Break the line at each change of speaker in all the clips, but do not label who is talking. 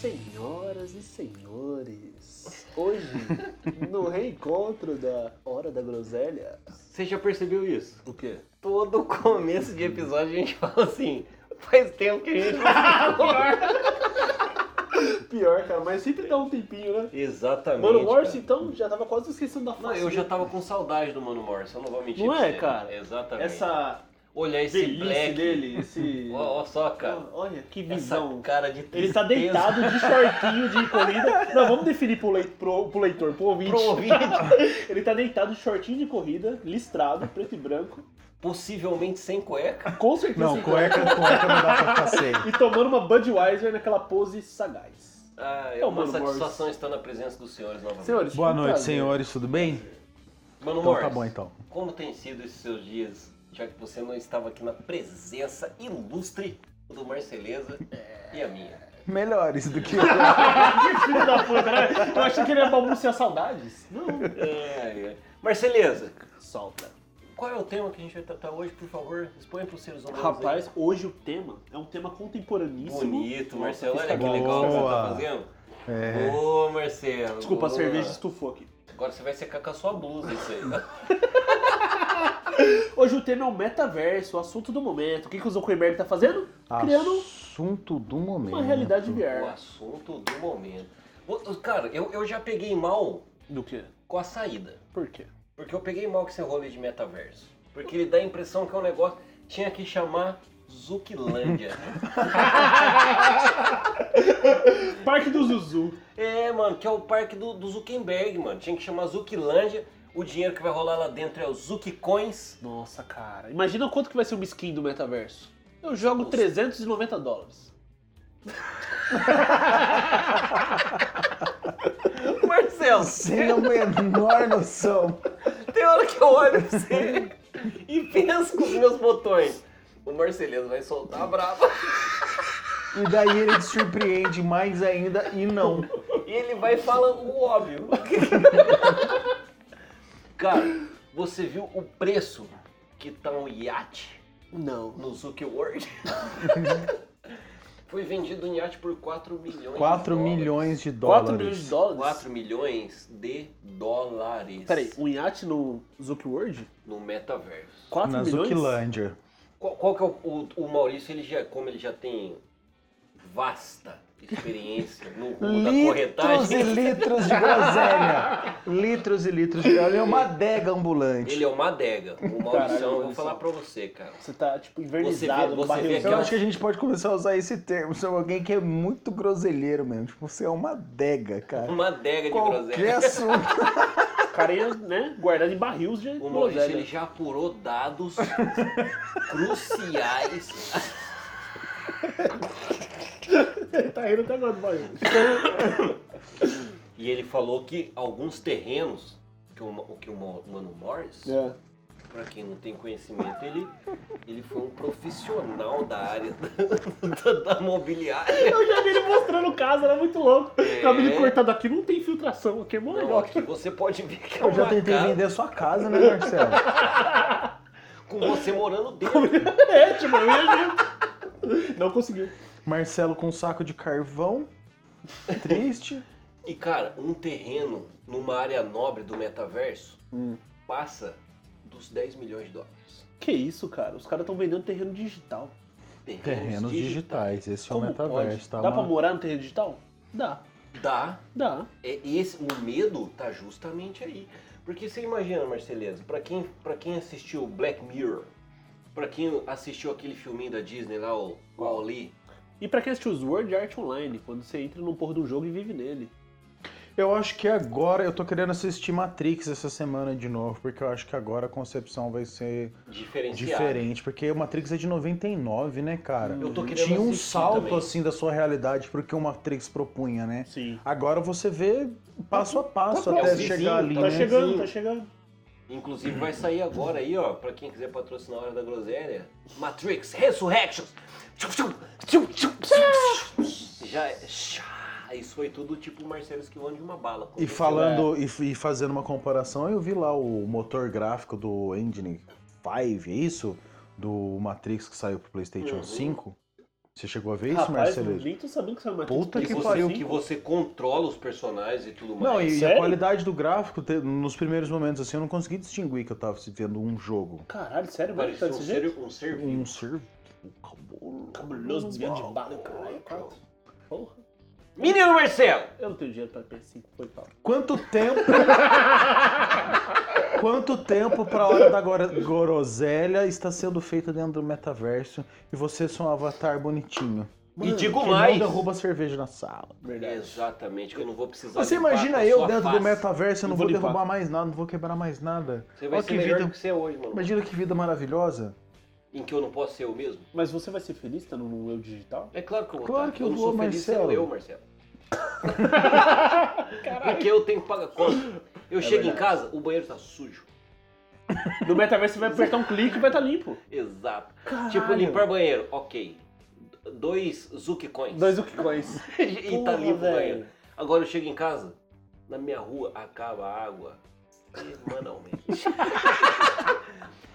Senhoras e senhores, hoje, no reencontro da Hora da Groselha.
Você já percebeu isso?
O quê?
Todo começo de episódio a gente fala assim, faz tempo que a gente não
Pior, cara, mas sempre dá um tempinho, né?
Exatamente.
Mano Morse,
cara.
então, já tava quase esquecendo da face.
Não, eu já tava com saudade do Mano Morse, eu não vou mentir.
Não
pra
é,
você.
cara?
Exatamente.
Essa
Olha esse
delícia
black.
dele, esse...
Ó, ó só, cara.
Olha, que
Essa
visão.
cara de tristeza.
Ele tá deitado de shortinho de corrida. Não, vamos definir pro, leit- pro- pro leitor, pro ouvinte.
Pro ouvinte.
Ele tá deitado de shortinho de corrida, listrado, preto e branco.
Possivelmente sem cueca.
Com certeza.
Não,
sem
cueca, cueca não dá pra ficar sem.
e tomando uma Budweiser naquela pose sagaz.
Ah, é
É o
uma
Mano
satisfação estar na presença dos senhores novamente.
Senhores,
Boa
um
noite,
prazer.
senhores, tudo bem?
Mano
Então
Morse,
tá bom então.
como tem sido esses seus dias, já que você não estava aqui na presença ilustre do Marceleza e a minha?
Melhores do que
Filho da puta, né? Eu achei que ele ia balbuciar saudades. Não.
É, é. Marceleza,
Solta.
qual é o tema que a gente vai tratar hoje, por favor? Exponha para os seres humanos. aí.
Rapaz, hoje o tema é um tema contemporaneíssimo.
Bonito,
Nossa,
Marcelo. Olha que
está-
Boa.
legal que você tá fazendo. Boa, Marcelo.
Desculpa, a
boa.
cerveja estufou aqui.
Agora você vai secar com a sua blusa isso aí.
Hoje o tema é o metaverso, o assunto do momento. O que, que o Zuckerberg tá fazendo?
Ah,
Criando
Assunto do momento.
uma realidade
o
VR.
assunto do momento. Ô, Cara, eu, eu já peguei mal
Do quê?
com a saída.
Por quê?
Porque eu peguei mal com esse rolê de metaverso. Porque ele dá a impressão que é um negócio. Tinha que chamar Zuquilândia.
Parque do Zuzu.
é, mano, que é o parque do, do Zuckerberg, mano. Tinha que chamar Zuquilândia. O dinheiro que vai rolar lá dentro é o Zuccoins.
Nossa, cara. Imagina quanto que vai ser uma skin do metaverso. Eu jogo 390 dólares.
Marcelo,
Sem a menor noção.
tem hora que eu olho pra você e penso com os meus botões. O Marcelino vai soltar a brava
E daí ele te surpreende mais ainda e não.
e ele vai falando o óbvio. Cara, você viu o preço que tá um iate
Não.
no Zuki World. Foi vendido um iate por 4 milhões.
4
de dólares.
milhões de dólares.
4 milhões de dólares?
4 milhões de dólares.
Peraí, um iate no Zuki World?
No metaverso.
4
Na
milhões?
Zuquilândia.
Qual, qual que é o, o, o Maurício, ele já, como ele já tem vasta experiência no rumo da
Litros e
corretagem,
litros de groselha. Litros e litros de groselha. É uma adega ambulante.
ele é uma adega. O
Caralho,
Maurício, eu vou
Maurício.
falar pra você, cara.
Você tá, tipo, invernizado
Você vê-
no Então,
você vê
barrilzão.
Eu
aquela-
acho que a gente pode começar a usar esse termo sobre alguém que é muito groselheiro mesmo. Tipo, você é uma adega, cara.
Uma adega de
Qualquer
groselha.
assunto.
O cara ia, né, guardado em barris de
O Maurício,
groselha.
ele já apurou dados cruciais
tá rindo até agora do barril.
E ele falou que alguns terrenos que o, Ma- que o Ma- Mano Morris,
É.
pra quem não tem conhecimento, ele, ele foi um profissional da área da, da- da mobiliária.
Eu já vi ele mostrando casa, era muito louco.
É.
Cabelo cortado aqui, não tem filtração, aqui é mó
Não,
legal.
aqui você pode ver que é
Eu já
uma
tentei
casa
vender a sua casa, né, Marcelo?
com você morando dentro.
É, tipo, eu ia junto. Não conseguiu.
Marcelo com um saco de carvão. Triste.
E cara, um terreno numa área nobre do metaverso
Hum.
passa dos 10 milhões de dólares.
Que isso, cara? Os caras estão vendendo terreno digital.
Terrenos,
Terrenos digitais. Esse é o
Como
metaverso,
pode?
tá?
Dá pra
mano?
morar no terreno digital? Dá.
Dá
Dá.
É, esse, o medo tá justamente aí. Porque você imagina, Marceleza, pra quem, pra quem assistiu Black Mirror, pra quem assistiu aquele filminho da Disney lá, o Wall-E,
E pra quem assistiu os World Art Online, quando você entra num porra de um jogo e vive nele.
Eu acho que agora eu tô querendo assistir Matrix essa semana de novo, porque eu acho que agora a concepção vai ser
diferenciado.
diferente, porque o Matrix é de 99, né, cara?
Eu tô querendo
Tinha um
assistir
salto
também.
assim da sua realidade pro que o Matrix propunha, né?
Sim.
Agora você vê passo a passo
tá
até
próximo.
chegar ali,
Tá
Tá
né?
chegando, tá chegando.
Inclusive vai sair agora aí, ó, pra quem quiser patrocinar a Hora da Groselha, Matrix Resurrections! Já é... Isso foi tudo tipo o Marcelo esquivando de uma bala.
E falando e, e fazendo uma comparação, eu vi lá o motor gráfico do Engine 5, é isso? Do Matrix que saiu pro PlayStation
Uhum.
5. Você chegou a ver isso,
Rapaz,
Marcelo?
nem tô sabendo que assim. saiu Matrix.
Puta
E
que
você,
pariu.
que você controla os personagens e tudo mais.
Não, e
Sério?
a qualidade do gráfico, te- nos primeiros momentos, assim, eu não consegui distinguir que eu tava vendo um jogo.
Caralho, sério, mano? Tá
Parecia um
desse
ser,
jeito?
um ser vivo.
Um ser. um cabolo.
Cabuloso, desviado de bala, caralho. cara. Porra.
Menino Marcelo!
Eu não tenho dinheiro pra PS5, foi pau.
Quanto tempo. Quanto tempo pra hora da goro- groselha está sendo feita dentro do metaverso e você é só um avatar bonitinho?
e digo
que
mais.
não derruba cerveja na sala.
Verdade.
Exatamente, que eu não vou precisar. um
Você
limpar com
imagina
a
eu
sua
dentro do
face.
metaverso, eu não
Vou
vou,
limpar.
derrubar mais nada, não vou quebrar mais nada.
Você vai
Olha
ser
que
melhor
vida.
do que você é hoje, mano.
Imagina que vida maravilhosa.
Em que eu não posso ser eu mesmo.
Mas você vai ser feliz estando no eu digital?
É claro que eu vou
Claro
estar.
que
eu
eu
não
vou,
sou feliz
Marcelo.
sendo eu, Marcelo. Porque eu tenho que pagar conta.
É
Eu chego em
verdade.
casa, o banheiro tá sujo.
No metaverso você vai apertar um clique e vai estar limpo.
Exato.
Caralho.
Tipo, limpar banheiro, ok. D- Dois Zuki Coins.
Dois o que conhece.
e tá
Porra,
limpo o
velho.
banheiro. Agora eu chego em casa, na minha rua acaba a água semanalmente.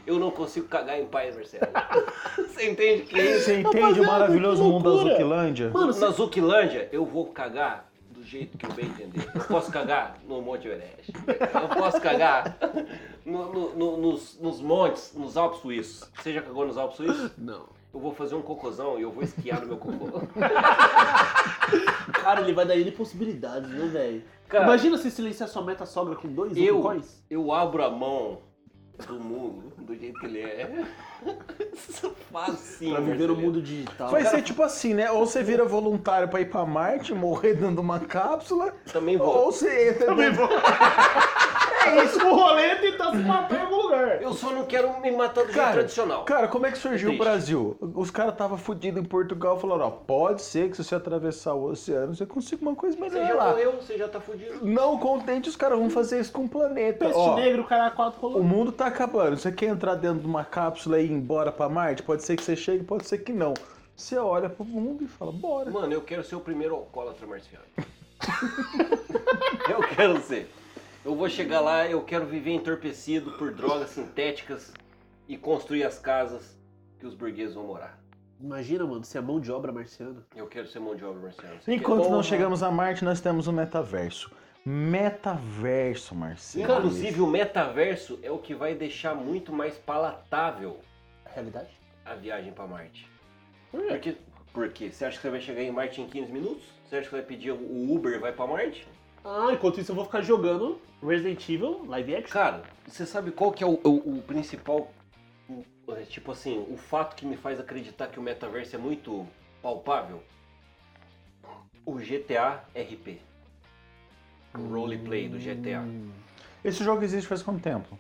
eu não consigo cagar em paz, Marcelo. Você entende que é isso?
Você entende
Rapaziada,
o maravilhoso
que
mundo da
loucura.
Azukilândia?
Mano,
Na Zuquilândia, eu vou cagar do jeito que eu bem entender. Eu posso cagar no Monte Everest. Eu posso cagar no- no- no- nos, nos montes, nos Alpes Suíços. Você já cagou nos Alpes Suíços?
Não.
Eu vou fazer um cocôzão e eu vou esquiar no meu cocô.
Cara, ele vai dar ele possibilidades, né, velho?
Cara-
Imagina se silenciar sua meta sogra com dois
Eu,
Zuccoins.
eu abro a mão do mundo, do jeito que ele é. Isso é né, Facinho.
Pra viver o
Marcelino.
mundo digital.
Vai ser tipo assim, né? Ou você vira voluntário pra ir pra Marte, morrer dentro de uma cápsula,
Também vou.
ou você entra dentro
É isso, o rolê é tentar se matar em algum lugar.
Eu só não quero me matar do jeito
Cara,
tradicional.
Cara, como é que surgiu
É
o
triste.
Brasil? Os caras estavam fodidos em Portugal e falaram, ó, pode ser que se você atravessar o oceano, você consiga uma coisa
Você
melhor
já
lá.
morreu, você já tá fudido.
Não contente, os caras vão fazer isso com o planeta.
Peste
Ó,
negro, cara, é quatro
o
rolou.
mundo tá acabando. Você quer entrar dentro de uma cápsula e ir embora pra Marte? Pode ser que você chegue, pode ser que não. Você olha pro mundo e fala, bora.
Mano, eu quero ser o primeiro alcoólatra marciano. eu quero ser. Eu vou chegar lá, eu quero viver entorpecido por drogas sintéticas e construir as casas que os burgueses vão morar.
Imagina, mano, se é mão de obra marciana.
Eu quero ser mão de obra marciano. Você
Enquanto
quer?
não
Porra.
chegamos a Marte, nós temos um metaverso. Metaverso, Marcelo.
Inclusive, o metaverso é o que vai deixar muito mais palatável
É Realidade?
a viagem pra Marte.
É.
Porque, porque você acha que você vai chegar em Marte em 15 minutos? Você acha que vai pedir o Uber e vai pra Marte?
Ah, enquanto isso eu vou ficar jogando Resident Evil Live Action.
Cara, você sabe qual que é o, o- o principal, o- é, tipo assim, o fato que me faz acreditar que o metaverso é muito palpável? O GTA RP. O roleplay do GTA.
Esse jogo existe faz quanto tempo?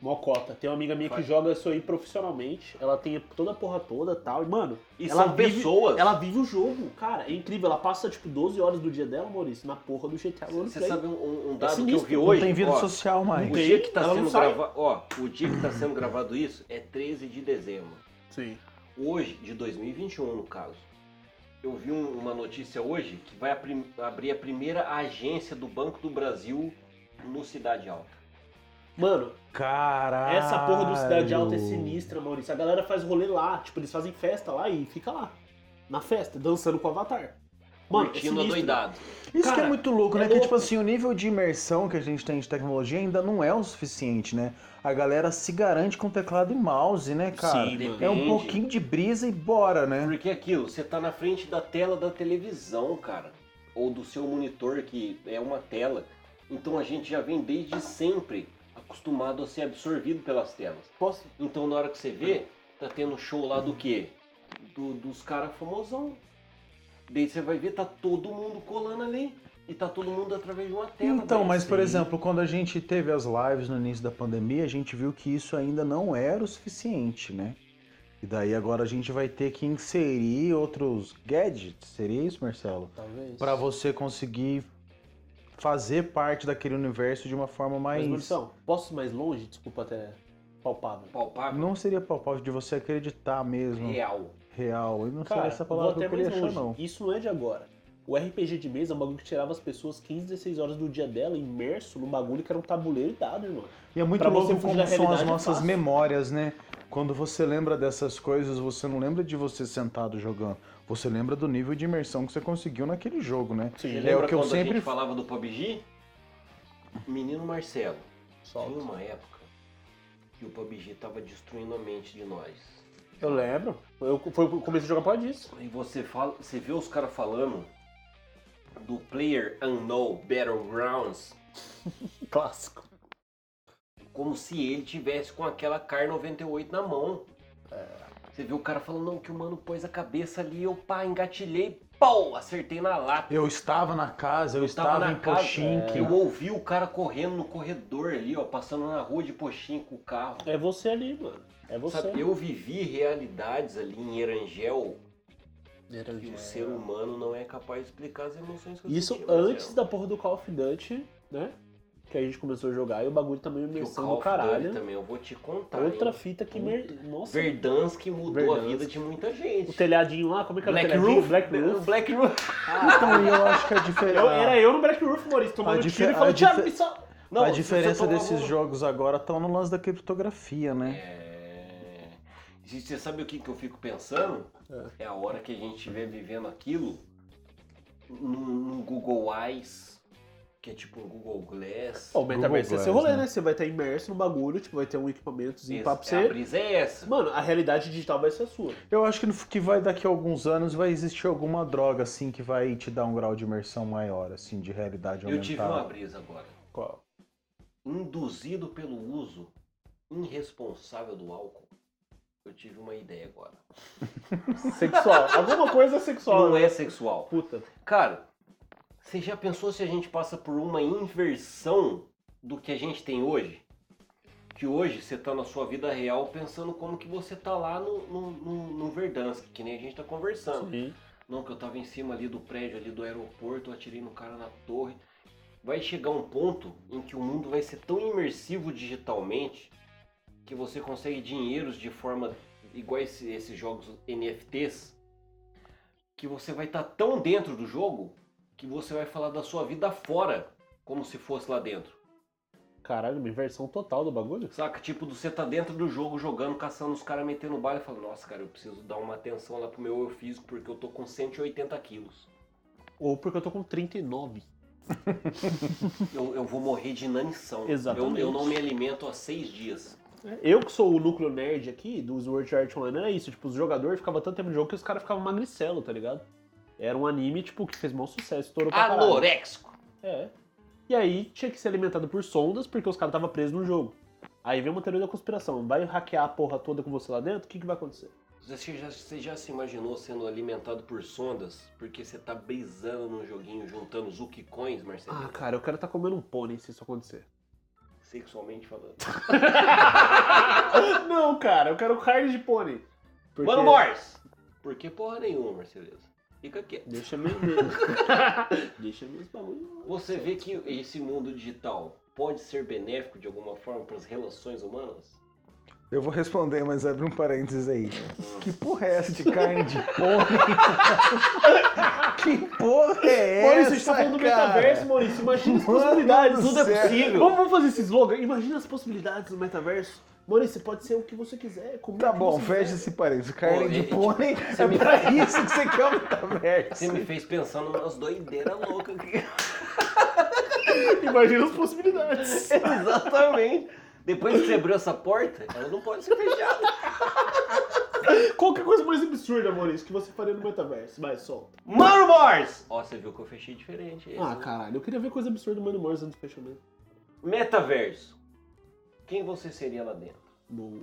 Mocota. Tem uma amiga minha que
Faz.
joga isso aí profissionalmente. Ela tem toda a porra toda e tal. E, mano,
E
ela
são
vive-
pessoas.
Ela vive o jogo, cara. É incrível. Ela passa, tipo, 12 horas do dia dela, Maurício, na porra do GTA
Você
Roleplay.
sabe um, um dado que eu
É sinistro,
vi
não
hoje?
não tem vida
Ó,
social mais.
O
Tem,
dia que tá
ela não
sendo
sai.
gravado, ó, o dia que tá sendo gravado isso é 13 de dezembro.
Sim.
Hoje, de 2021 no caso. Eu vi um- uma notícia hoje que vai aprim- abrir a primeira agência do Banco do Brasil no Cidade Alta.
Mano,
Caralho.
essa porra do Cidade Alta é sinistra, Maurício. A galera faz rolê lá. Tipo, eles fazem festa lá e fica lá. Na festa, dançando com o Avatar. Mano, é
Curtindo
sinistro.
adoidado.
Isso que
Cara,
é muito louco,
é
né? Que,
louco.
tipo assim, o nível de imersão que a gente tem de tecnologia ainda não é o suficiente, né? A galera se garante com teclado e mouse, né, cara?
Sim, mano.
É um
Entende?
pouquinho de brisa e bora, né?
Porque é aquilo, você tá na frente da tela da televisão, cara. Ou do seu monitor, que é uma tela. Então a gente já vem desde sempre acostumado a ser absorvido pelas telas.
Posso?
Então na hora que você vê, tá tendo show lá do quê? Do- dos caras famosão. Daí você vai ver, tá todo mundo colando ali. E tá todo mundo através de uma tela.
Então,
velho.
mas por
Sim.
exemplo, quando a gente teve as lives no início da pandemia, a gente viu que isso ainda não era o suficiente, né? E daí agora a gente vai ter que inserir outros gadgets, seria isso, Marcelo?
Talvez.
Pra você conseguir fazer parte daquele universo de uma forma
Mas,
mais
Maurício, posso ir mais longe? Desculpa até palpável.
Palpável,
não seria palpável de você acreditar mesmo
real.
real. E não
É. Cara,
seria essa
vou
palavra que
até
eu queria
mais
achar
longe.
não.
Isso não é de agora. O RPG de mesa é um bagulho que tirava as pessoas 15, 16 horas do dia dela, imerso num bagulho que era um tabuleiro e dado, irmão.
E é muito
Pra você
louco
fugir
como
da
são as
realidade,
nossas
fácil.
memórias, né? Quando você lembra dessas coisas, você não lembra de você sentado jogando. Você lembra do nível de immersão que você conseguiu naquele jogo, né?
Sim,
Você
né?
É
lembra
o que eu
quando a
sempre-
gente falava do PUBG? Menino Marcelo, tinha uma época que o PUBG tava destruindo a mente de nós.
Eu lembro. Eu foi, eu comecei a jogar por causa disso.
E você fala, você vê os caras falando do Player Unknown Battlegrounds
Clássico.
como se ele tivesse com aquela Car 98 na mão. Você vê o cara falando, não, que o mano pôs a cabeça ali, eu pá, engatilhei, pau, acertei na lata.
Eu estava na casa, eu, estava em
casa, É.
Pochink.
Eu ouvi o cara correndo no corredor ali, ó, passando na rua de Pochim com o carro.
É você ali, mano. É você.
Sabe, eu vivi realidades ali em Erangel que o ser humano não é capaz de explicar as emoções que eu
Isso
senti, Marcelo.
antes da porra do Call of Duty, né? Que a gente começou a jogar e o bagulho também
Que o
imersão
Call
do
of Duty
caralho.
também, tá eu vou te contar.
Outra
hein?
fita que. mer- Nossa,
Verdansk mudou a
Verdansk.
vida de muita gente.
o telhadinho lá, como é que era o
Black
telhadinho?
Roof?
Black Roof.
Black Roof.
Então, e eu acho que a diferença.
Eu- era eu no Black Roof, Maurício, tomando um
A
tiro
dife-
e
a
falando, Thiago, é-"
dife-
me salva."
Não,
a
se você
diferença
tomar
desses
uma-
jogos agora estão no lance da criptografia, né?
É... E você sabe o que, que eu fico pensando? É. a hora que a gente estiver vivendo aquilo num, num Google Eyes, que é tipo um Google Glass.
Pô, o metaverso é
Google
seu rolê,
Glass,
né?
né?
Você vai estar imerso no bagulho, tipo, vai ter um equipamentozinho
Esse-
pra você.
A brisa é essa.
Mano, a realidade digital vai ser a sua.
Eu acho que, no- que vai daqui a alguns anos vai existir alguma droga assim que vai te dar um grau de imersão maior, assim, de realidade
Eu tive uma
aumentada.
brisa agora.
Qual?
Induzido pelo uso irresponsável do álcool, eu tive uma ideia agora.
Sexual. Alguma coisa sexual.
Não
né?
é sexual.
Puta.
Cara, você já pensou se a gente passa por uma inversão do que a gente tem hoje? Que hoje você tá na sua vida real pensando como que você tá lá no, no, no, no Verdansk, que nem a gente tá conversando.
Sim.
Não, que eu tava em cima ali do prédio ali do aeroporto, eu atirei no cara na torre. Vai chegar um ponto em que o mundo vai ser tão imersivo digitalmente que você consegue dinheiros de forma igual esse- esses jogos NFTs, que você vai estar tão dentro do jogo que você vai falar da sua vida fora, como se fosse lá dentro.
Caralho, uma inversão total do bagulho.
Saca? Tipo, você tá dentro do jogo, jogando, caçando os caras, metendo bala e fala, nossa, cara, eu preciso dar uma atenção lá pro meu eu físico porque eu tô com 180 quilos.
Ou porque eu tô com 39.
Eu, eu vou morrer de inanição.
Exatamente.
Eu, eu não me alimento há seis dias.
Eu que sou o núcleo nerd aqui dos World Art Online, era isso. Tipo, os jogadores ficavam tanto tempo no jogo que os caras ficavam magricelo, tá ligado? Era um anime, tipo, que fez mau sucesso, estourou
Ah,
pra caralho.
Anoréxico.
É. E aí tinha que ser alimentado por sondas porque os caras estavam presos no jogo. Aí vem uma teoria da conspiração. Vai hackear a porra toda com você lá dentro? O que, que vai acontecer?
Você já, você já se imaginou sendo alimentado por sondas porque você tá brisando num joguinho juntando Zuki Coins, Marcelo?
Ah, cara, eu quero estar comendo um pônei se isso acontecer.
Sexualmente falando.
Não, cara, eu quero carne de pônei. Porque-
Mano Morris! Por que porra nenhuma, Marcelo? Fica quieto.
Deixa meus dedos. Deixa meus bagulhos.
Você vê que esse mundo digital pode ser benéfico de alguma forma para as relações humanas?
Eu vou responder, mas abre um parênteses aí. Que porra é essa de carne de pônei? que porra é essa?
Maurício, a gente tá falando do
cara?
metaverso, Maurício. Imagina as
Mano
possibilidades.
do
Tudo é
céu.
possível. Vamos, vamos fazer esse slogan. Imagina as possibilidades do metaverso. Maurício, pode ser o que você quiser. comer
Tá
o que
bom,
você
fecha
quiser.
esse parênteses. Carne
Pô,
de
e-
pônei é
me-
pra isso que você quer o metaverso.
Você me fez pensando umas doideiras loucas aqui.
Imagina as possibilidades.
Exatamente. Depois que você abriu essa porta, ela não pode ser fechada.
Qual que é a coisa mais absurda, Maurício, que você faria no metaverso? Vai, solta.
Mano Morris! Ó, você viu que eu fechei diferente. Esse
Ah, caralho, eu queria ver coisa absurda do Mano Morris antes do fechamento.
Metaverso. Quem você seria lá dentro?
Bom,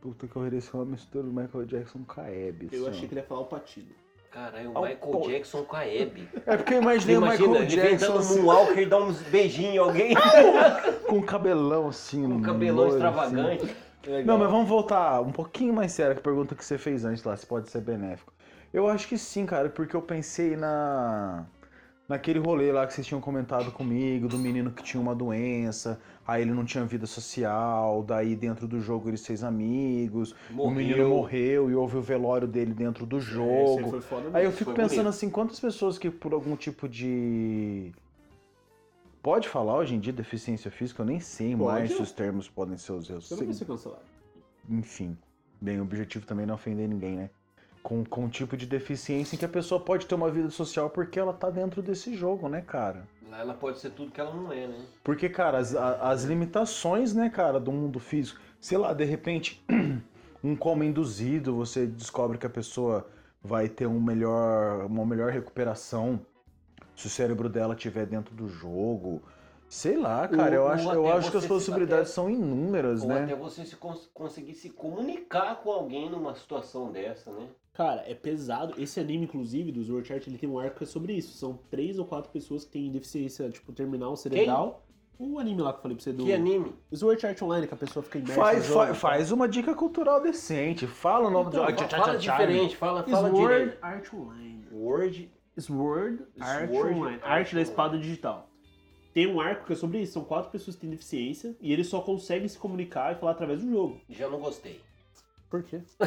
Puta que eu iria ser uma mistura do Michael Jackson com a Hebe.
eu
assim,
achei
ó.
que ele ia falar o Patino.
Caralho, é o
Ao
Michael
ponto.
Jackson com a Abby.
É porque eu
Você
imaginei o
imagina,
Michael
ele vem
Jackson
dando
assim,
um walker, dá uns beijinhos em alguém,
com um cabelão assim.
um cabelão
loiro, assim.
extravagante.
Não, mas vamos voltar um pouquinho mais sério a pergunta que você fez antes lá, se pode ser benéfico. Eu acho que sim, cara, porque eu pensei na naquele rolê lá que vocês tinham comentado comigo, do menino que tinha uma doença, aí ele não tinha vida social, daí dentro do jogo eles fez amigos, o menino morreu e houve o velório dele dentro do
Esse É, aí
jogo.
foi foda mesmo.
Aí eu fico
foi
pensando
bonito.
assim, quantas pessoas que por algum tipo de. Pode falar hoje em dia deficiência física, eu nem sei
Pode.
mais se os termos podem ser usados.
Eu não vou ser cancelado.
Enfim. Bem, o objetivo também não é ofender ninguém, né? Com, com um tipo de deficiência em que a pessoa pode ter uma vida social porque ela tá dentro desse jogo, né, cara?
Lá ela pode ser tudo que ela não é, né?
Porque, cara, as, a- as limitações, né, cara, do mundo físico. Sei lá, de repente, um coma induzido, você descobre que a pessoa vai ter um melhor, uma melhor recuperação se o cérebro dela estiver dentro do jogo. Sei lá, cara, eu
ou
acho,
até
eu acho que
você
as
se-
possibilidades
até-
são inúmeras,
Ou
né?
até você se cons- conseguir se comunicar com alguém numa situação dessa, né?
Cara, é pesado. Esse anime, inclusive, do Sword Art, ele tem um arco que é sobre isso. São três ou quatro pessoas que têm deficiência, tipo, terminal, cerebral. O anime lá que eu falei pra você do...
Que anime?
Sword Art Online, que a pessoa fica imersa
Faz,
no jogo.
fa- faz uma dica cultural decente. Fala o nome
Então,
do.
fa-
Tchá, tchá,
fala
tchá, né? tchá.
diferente, fala, fala
Sword
direito.
Art Online.
Word.
Sword Art
Sword
Online.
Art
Arte da
Online.
Espada Digital. Tem um arco que é sobre isso. São quatro pessoas que têm deficiência e eles só conseguem se comunicar e falar através do jogo.
Já não gostei.
Por quê?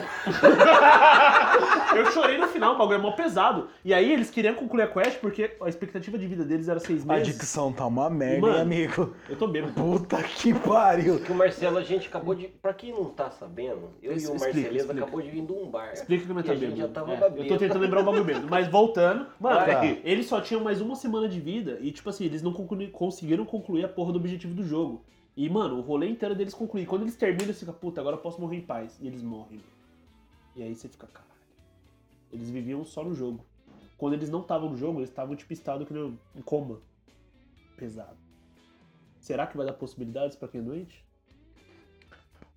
eu chorei no final, o bagulho é mó pesado. E aí eles queriam concluir a quest porque a expectativa de vida deles era seis
A
meses.
dicção tá uma merda,
Mano.
hein, amigo.
Eu tô bêbado.
Puta que pariu.
Que o Marcelo, a gente acabou de. Pra quem não tá sabendo, eu e
Explica,
o Marceleza
explica.
acabou de vir de um bar.
Explica que não tá
E a gente
bêbado.
já tava
É,
bêbado.
eu tô tentando lembrar o bagulho bêbado. Mas voltando, mano,
Vai.
ele eles só tinham mais uma semana de vida e, tipo assim, eles não conclu- conseguiram concluir a porra do objetivo do jogo. E, mano, o rolê inteiro deles concluir. Quando eles terminam, você fica, puta, agora eu posso morrer em paz. E eles morrem. E aí você fica, caralho. Eles viviam só no jogo. Quando eles não estavam no jogo, eles estavam, tipo, em estado que nem em coma. Pesado. Será que vai dar possibilidades pra quem é doente?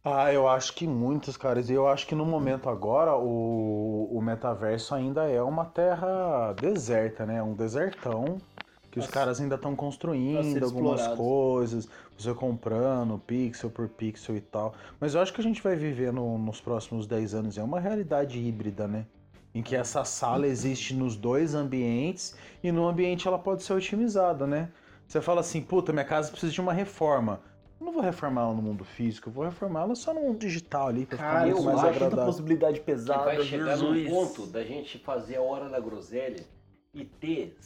Ah, eu acho que muitos, caras. E eu acho que no momento agora, o, o metaverso ainda é uma terra deserta, né? Um desertão que os
Pra-
caras ainda estão construindo
ser
algumas
explorado.
coisas, você comprando pixel por pixel e tal. Mas eu acho que a gente vai viver no- nos próximos 10 anos é uma realidade híbrida, né? Em que essa sala
Uhum.
existe nos dois ambientes e no ambiente ela pode ser otimizada, né? Você fala assim, puta, minha casa precisa de uma reforma. Eu não vou reformar ela no mundo físico, eu vou reformar ela só no mundo digital ali, pra ficar
Cara,
muito
eu
mais
acho
tanta
agradável.
possibilidade
Que
pesada.
vai chegar
Jesus.
num ponto da gente fazer a hora da groselha e ter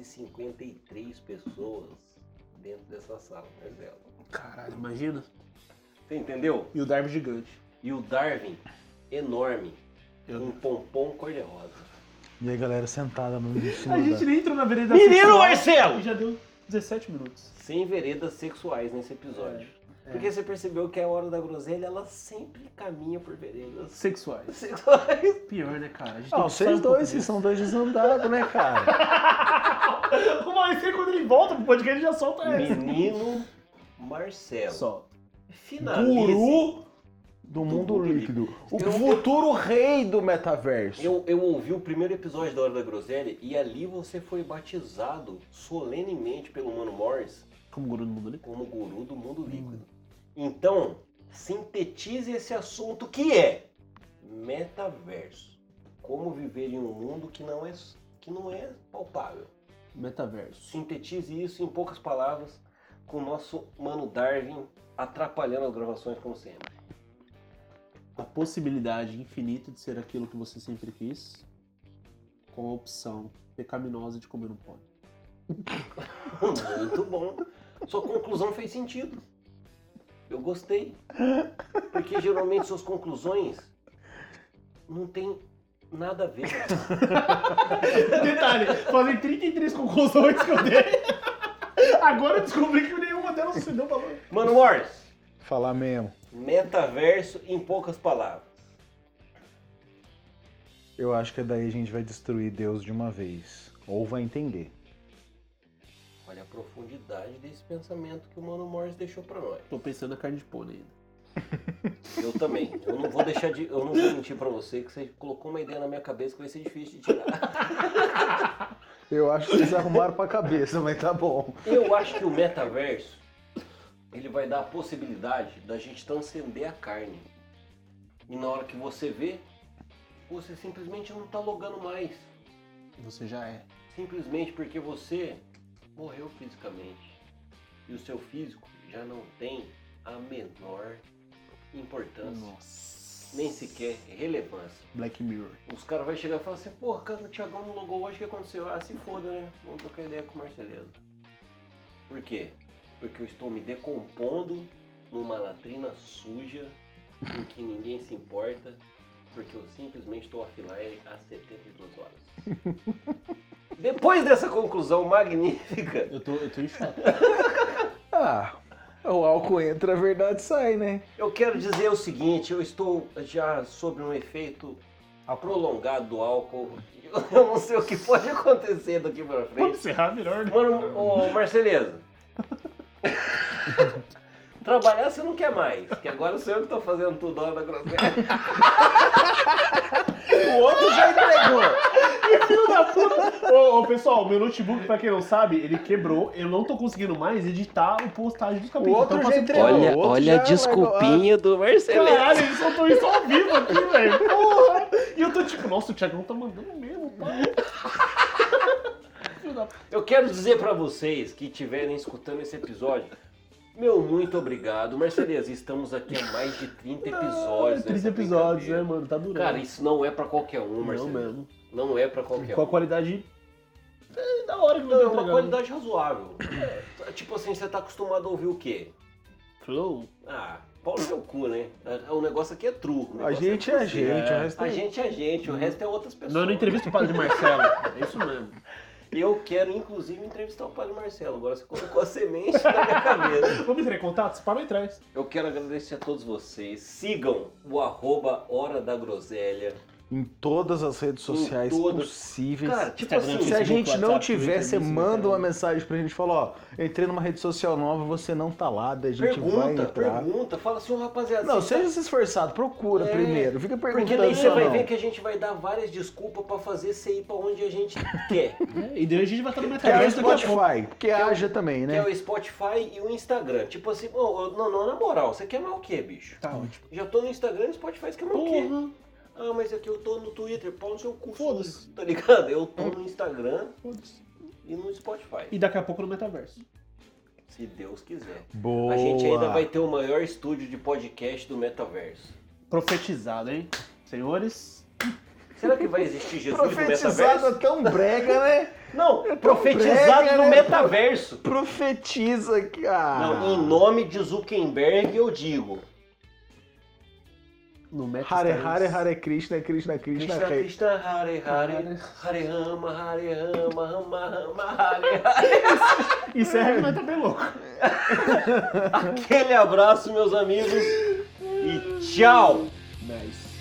128.753 pessoas dentro dessa sala, Marcelo.
Caralho, imagina.
Você entendeu?
E o Darby gigante.
E o Darwin, enorme,
Eu-
um pompom cor-de-rosa.
E a galera sentada no em cima
A gente
da...
nem entrou na vereda
Menino
sexual
Marcelo!
E já deu 17 minutos.
Sem veredas sexuais nesse episódio.
É, é.
Porque você percebeu que a hora da groselha, ela sempre caminha por veredas
Sexuais.
sexuais.
Pior, né, cara? A gente
Ah, vocês dois, vocês são dois desandados, né, cara?
O Maurício, quando ele volta pro podcast, já solta essa.
Menino Marcelo.
Só.
Finalize.
Do
mundo
mundo líquido. O
Eu-
futuro rei do metaverso.
Eu, eu ouvi o primeiro episódio da Hora da Groselha e ali você foi batizado solenemente pelo Mano Morris
Como guru do mundo, né?
como guru do mundo líquido. Então, sintetize esse assunto que é metaverso. Como viver em um mundo que não é, que não é palpável.
Metaverso.
Sintetize isso em poucas palavras com o nosso Mano Darwin atrapalhando as gravações como sempre.
A possibilidade infinita de ser aquilo que você sempre quis, com a opção pecaminosa de comer um pão.
Muito bom. Sua conclusão fez sentido. Eu gostei. Porque geralmente suas conclusões não tem nada a ver.
Detalhe, fazem 33 conclusões que eu dei. Agora eu descobri que nenhuma delas se deu valor.
Mano Morris,
Falar mesmo.
metaverso em poucas palavras.
Eu acho que daí a gente vai destruir Deus de uma vez. Ou vai entender.
Olha a profundidade desse pensamento que o Mano Morris deixou pra nós.
Tô pensando na carne de pônei ainda.
Eu também. Eu não vou deixar de. Eu não vou mentir pra você que você colocou uma ideia na minha cabeça que vai ser difícil de tirar.
Eu acho que vocês arrumaram pra cabeça, mas tá bom.
Eu acho que o metaverso ele vai dar a possibilidade da gente transcender a carne. E na hora que você vê, você simplesmente não tá logando mais.
Você já é.
simplesmente porque você morreu fisicamente e o seu físico já não tem a menor importância,
Nossa.
nem sequer relevância.
Black Mirror.
Os caras vão chegar e falar assim: porra, cara, o Thiagão não logou hoje, o que aconteceu? Ah, se foda, né? Vamos trocar ideia com o Marcelino. Por quê? Porque eu estou me decompondo numa latrina suja, em que ninguém se importa, porque eu simplesmente estou offline há 72 horas. Depois dessa conclusão magnífica,
Eu tô, eu tô em choque.
Ah, o álcool entra, a verdade sai, né?
eu quero dizer o seguinte: eu estou já sobre um efeito prolongado do álcool. Eu não sei o que pode acontecer daqui para frente.
Vamos encerrar melhor, né?
Mano, ô Marceleza. Trabalhar você não quer mais, que agora sou eu que tô fazendo tudo hora da groselha.
O outro já entregou.
Filho da puta! Ô, ô, pessoal, meu notebook, pra quem não sabe, ele quebrou. Eu não tô conseguindo mais editar o postagem dos
O
capítulos.
outro
então eu
já
é
passei-
entregou.
Olha,
o outro
olha a
já largou-
desculpinha do Marcelinho.
Caralho, eles soltou isso ao vivo aqui, velho. Porra! E eu tô tipo, nossa, o Thiagão tá mandando mesmo, pai. Filho da puta.
Eu quero dizer pra vocês que estiverem escutando esse episódio, meu muito obrigado. Marceleza, estamos aqui há mais de 30 episódios.
Ah, 30
nessa
episódios, né,
brincadeira.
mano? Tá durando.
Cara, isso não é pra qualquer um,
não
Marceleza.
mesmo.
Não, é pra qualquer
Com
um.
a qualidade é, da hora que
Não,
eu
é
tô
uma
entregando.
qualidade razoável. É, tipo assim, você tá acostumado a ouvir o quê?
Flow.
Ah, pau no seu cu, né? O negócio aqui é true. o negócio
A gente é a
possível.
gente, o resto
A
é-
gente é gente, o resto é outras pessoas.
Não, eu não entrevisto o padre Marcelo. É isso mesmo.
Eu quero, inclusive, entrevistar o Padre Marcelo. Agora você colocou a semente na minha cabeça.
Vamos entrar em contato? Você parou atrás.
Eu quero agradecer a todos vocês. Sigam o arroba Hora da Groselha.
Em todas as redes sociais
todas.
possíveis.
Cara, tipo
Instagram,
assim,
se a
Facebook,
gente não
WhatsApp,
tiver,
Twitter,
você
Instagram.
manda uma mensagem pra gente e fala, ó, entrei numa rede social nova, você não tá lá, daí a gente vai
pergunta,
entrar.
pergunta. Fala assim, ô rapaziada.
Não,
você tá-
seja esforçado, procura
É,
primeiro. Fica perguntando.
Porque daí você
só
vai
não.
ver que a gente vai dar várias desculpas pra fazer você ir pra onde a gente quer.
É, e daí a gente vai estar no
Que é o
metaverso daqui a pouco.
Spotify, porque
é o-
haja também,
tá Que é
né?
o Spotify e o Instagram. Tipo assim, ô, ô, não, não, na moral, você quer mais o quê, bicho?
Tá ótimo.
Já tô no Instagram e no Spotify, você quer mais o quê?
Porra.
Ah, mas aqui eu tô no Twitter, pau no seu cu.
Foda-se.
Tá ligado? Eu tô no Instagram
Foda-se.
e no Spotify.
E daqui a pouco no metaverso.
Se Deus quiser.
Boa.
A gente ainda vai ter o maior estúdio de podcast do metaverso.
Profetizado, hein? Senhores.
Será que vai existir Jesus no
Profetizada
metaverso?
é tão brega, né?
Não,
tão
profetizado
brega,
no
né?
metaverso.
Profetiza, cara.
Não, em nome de Zuckerberg eu digo.
No
Hare
metaverso.
Hare Hare Krishna, Krishna Krishna
Krishna,
Hare.
Krishna, Hare Hare,
Hare.
Hare Rama, Hare Rama, Rama Rama, Hare Hare.
Isso é vai tá bem louco.
Aquele abraço, meus amigos, e tchau!
Nice.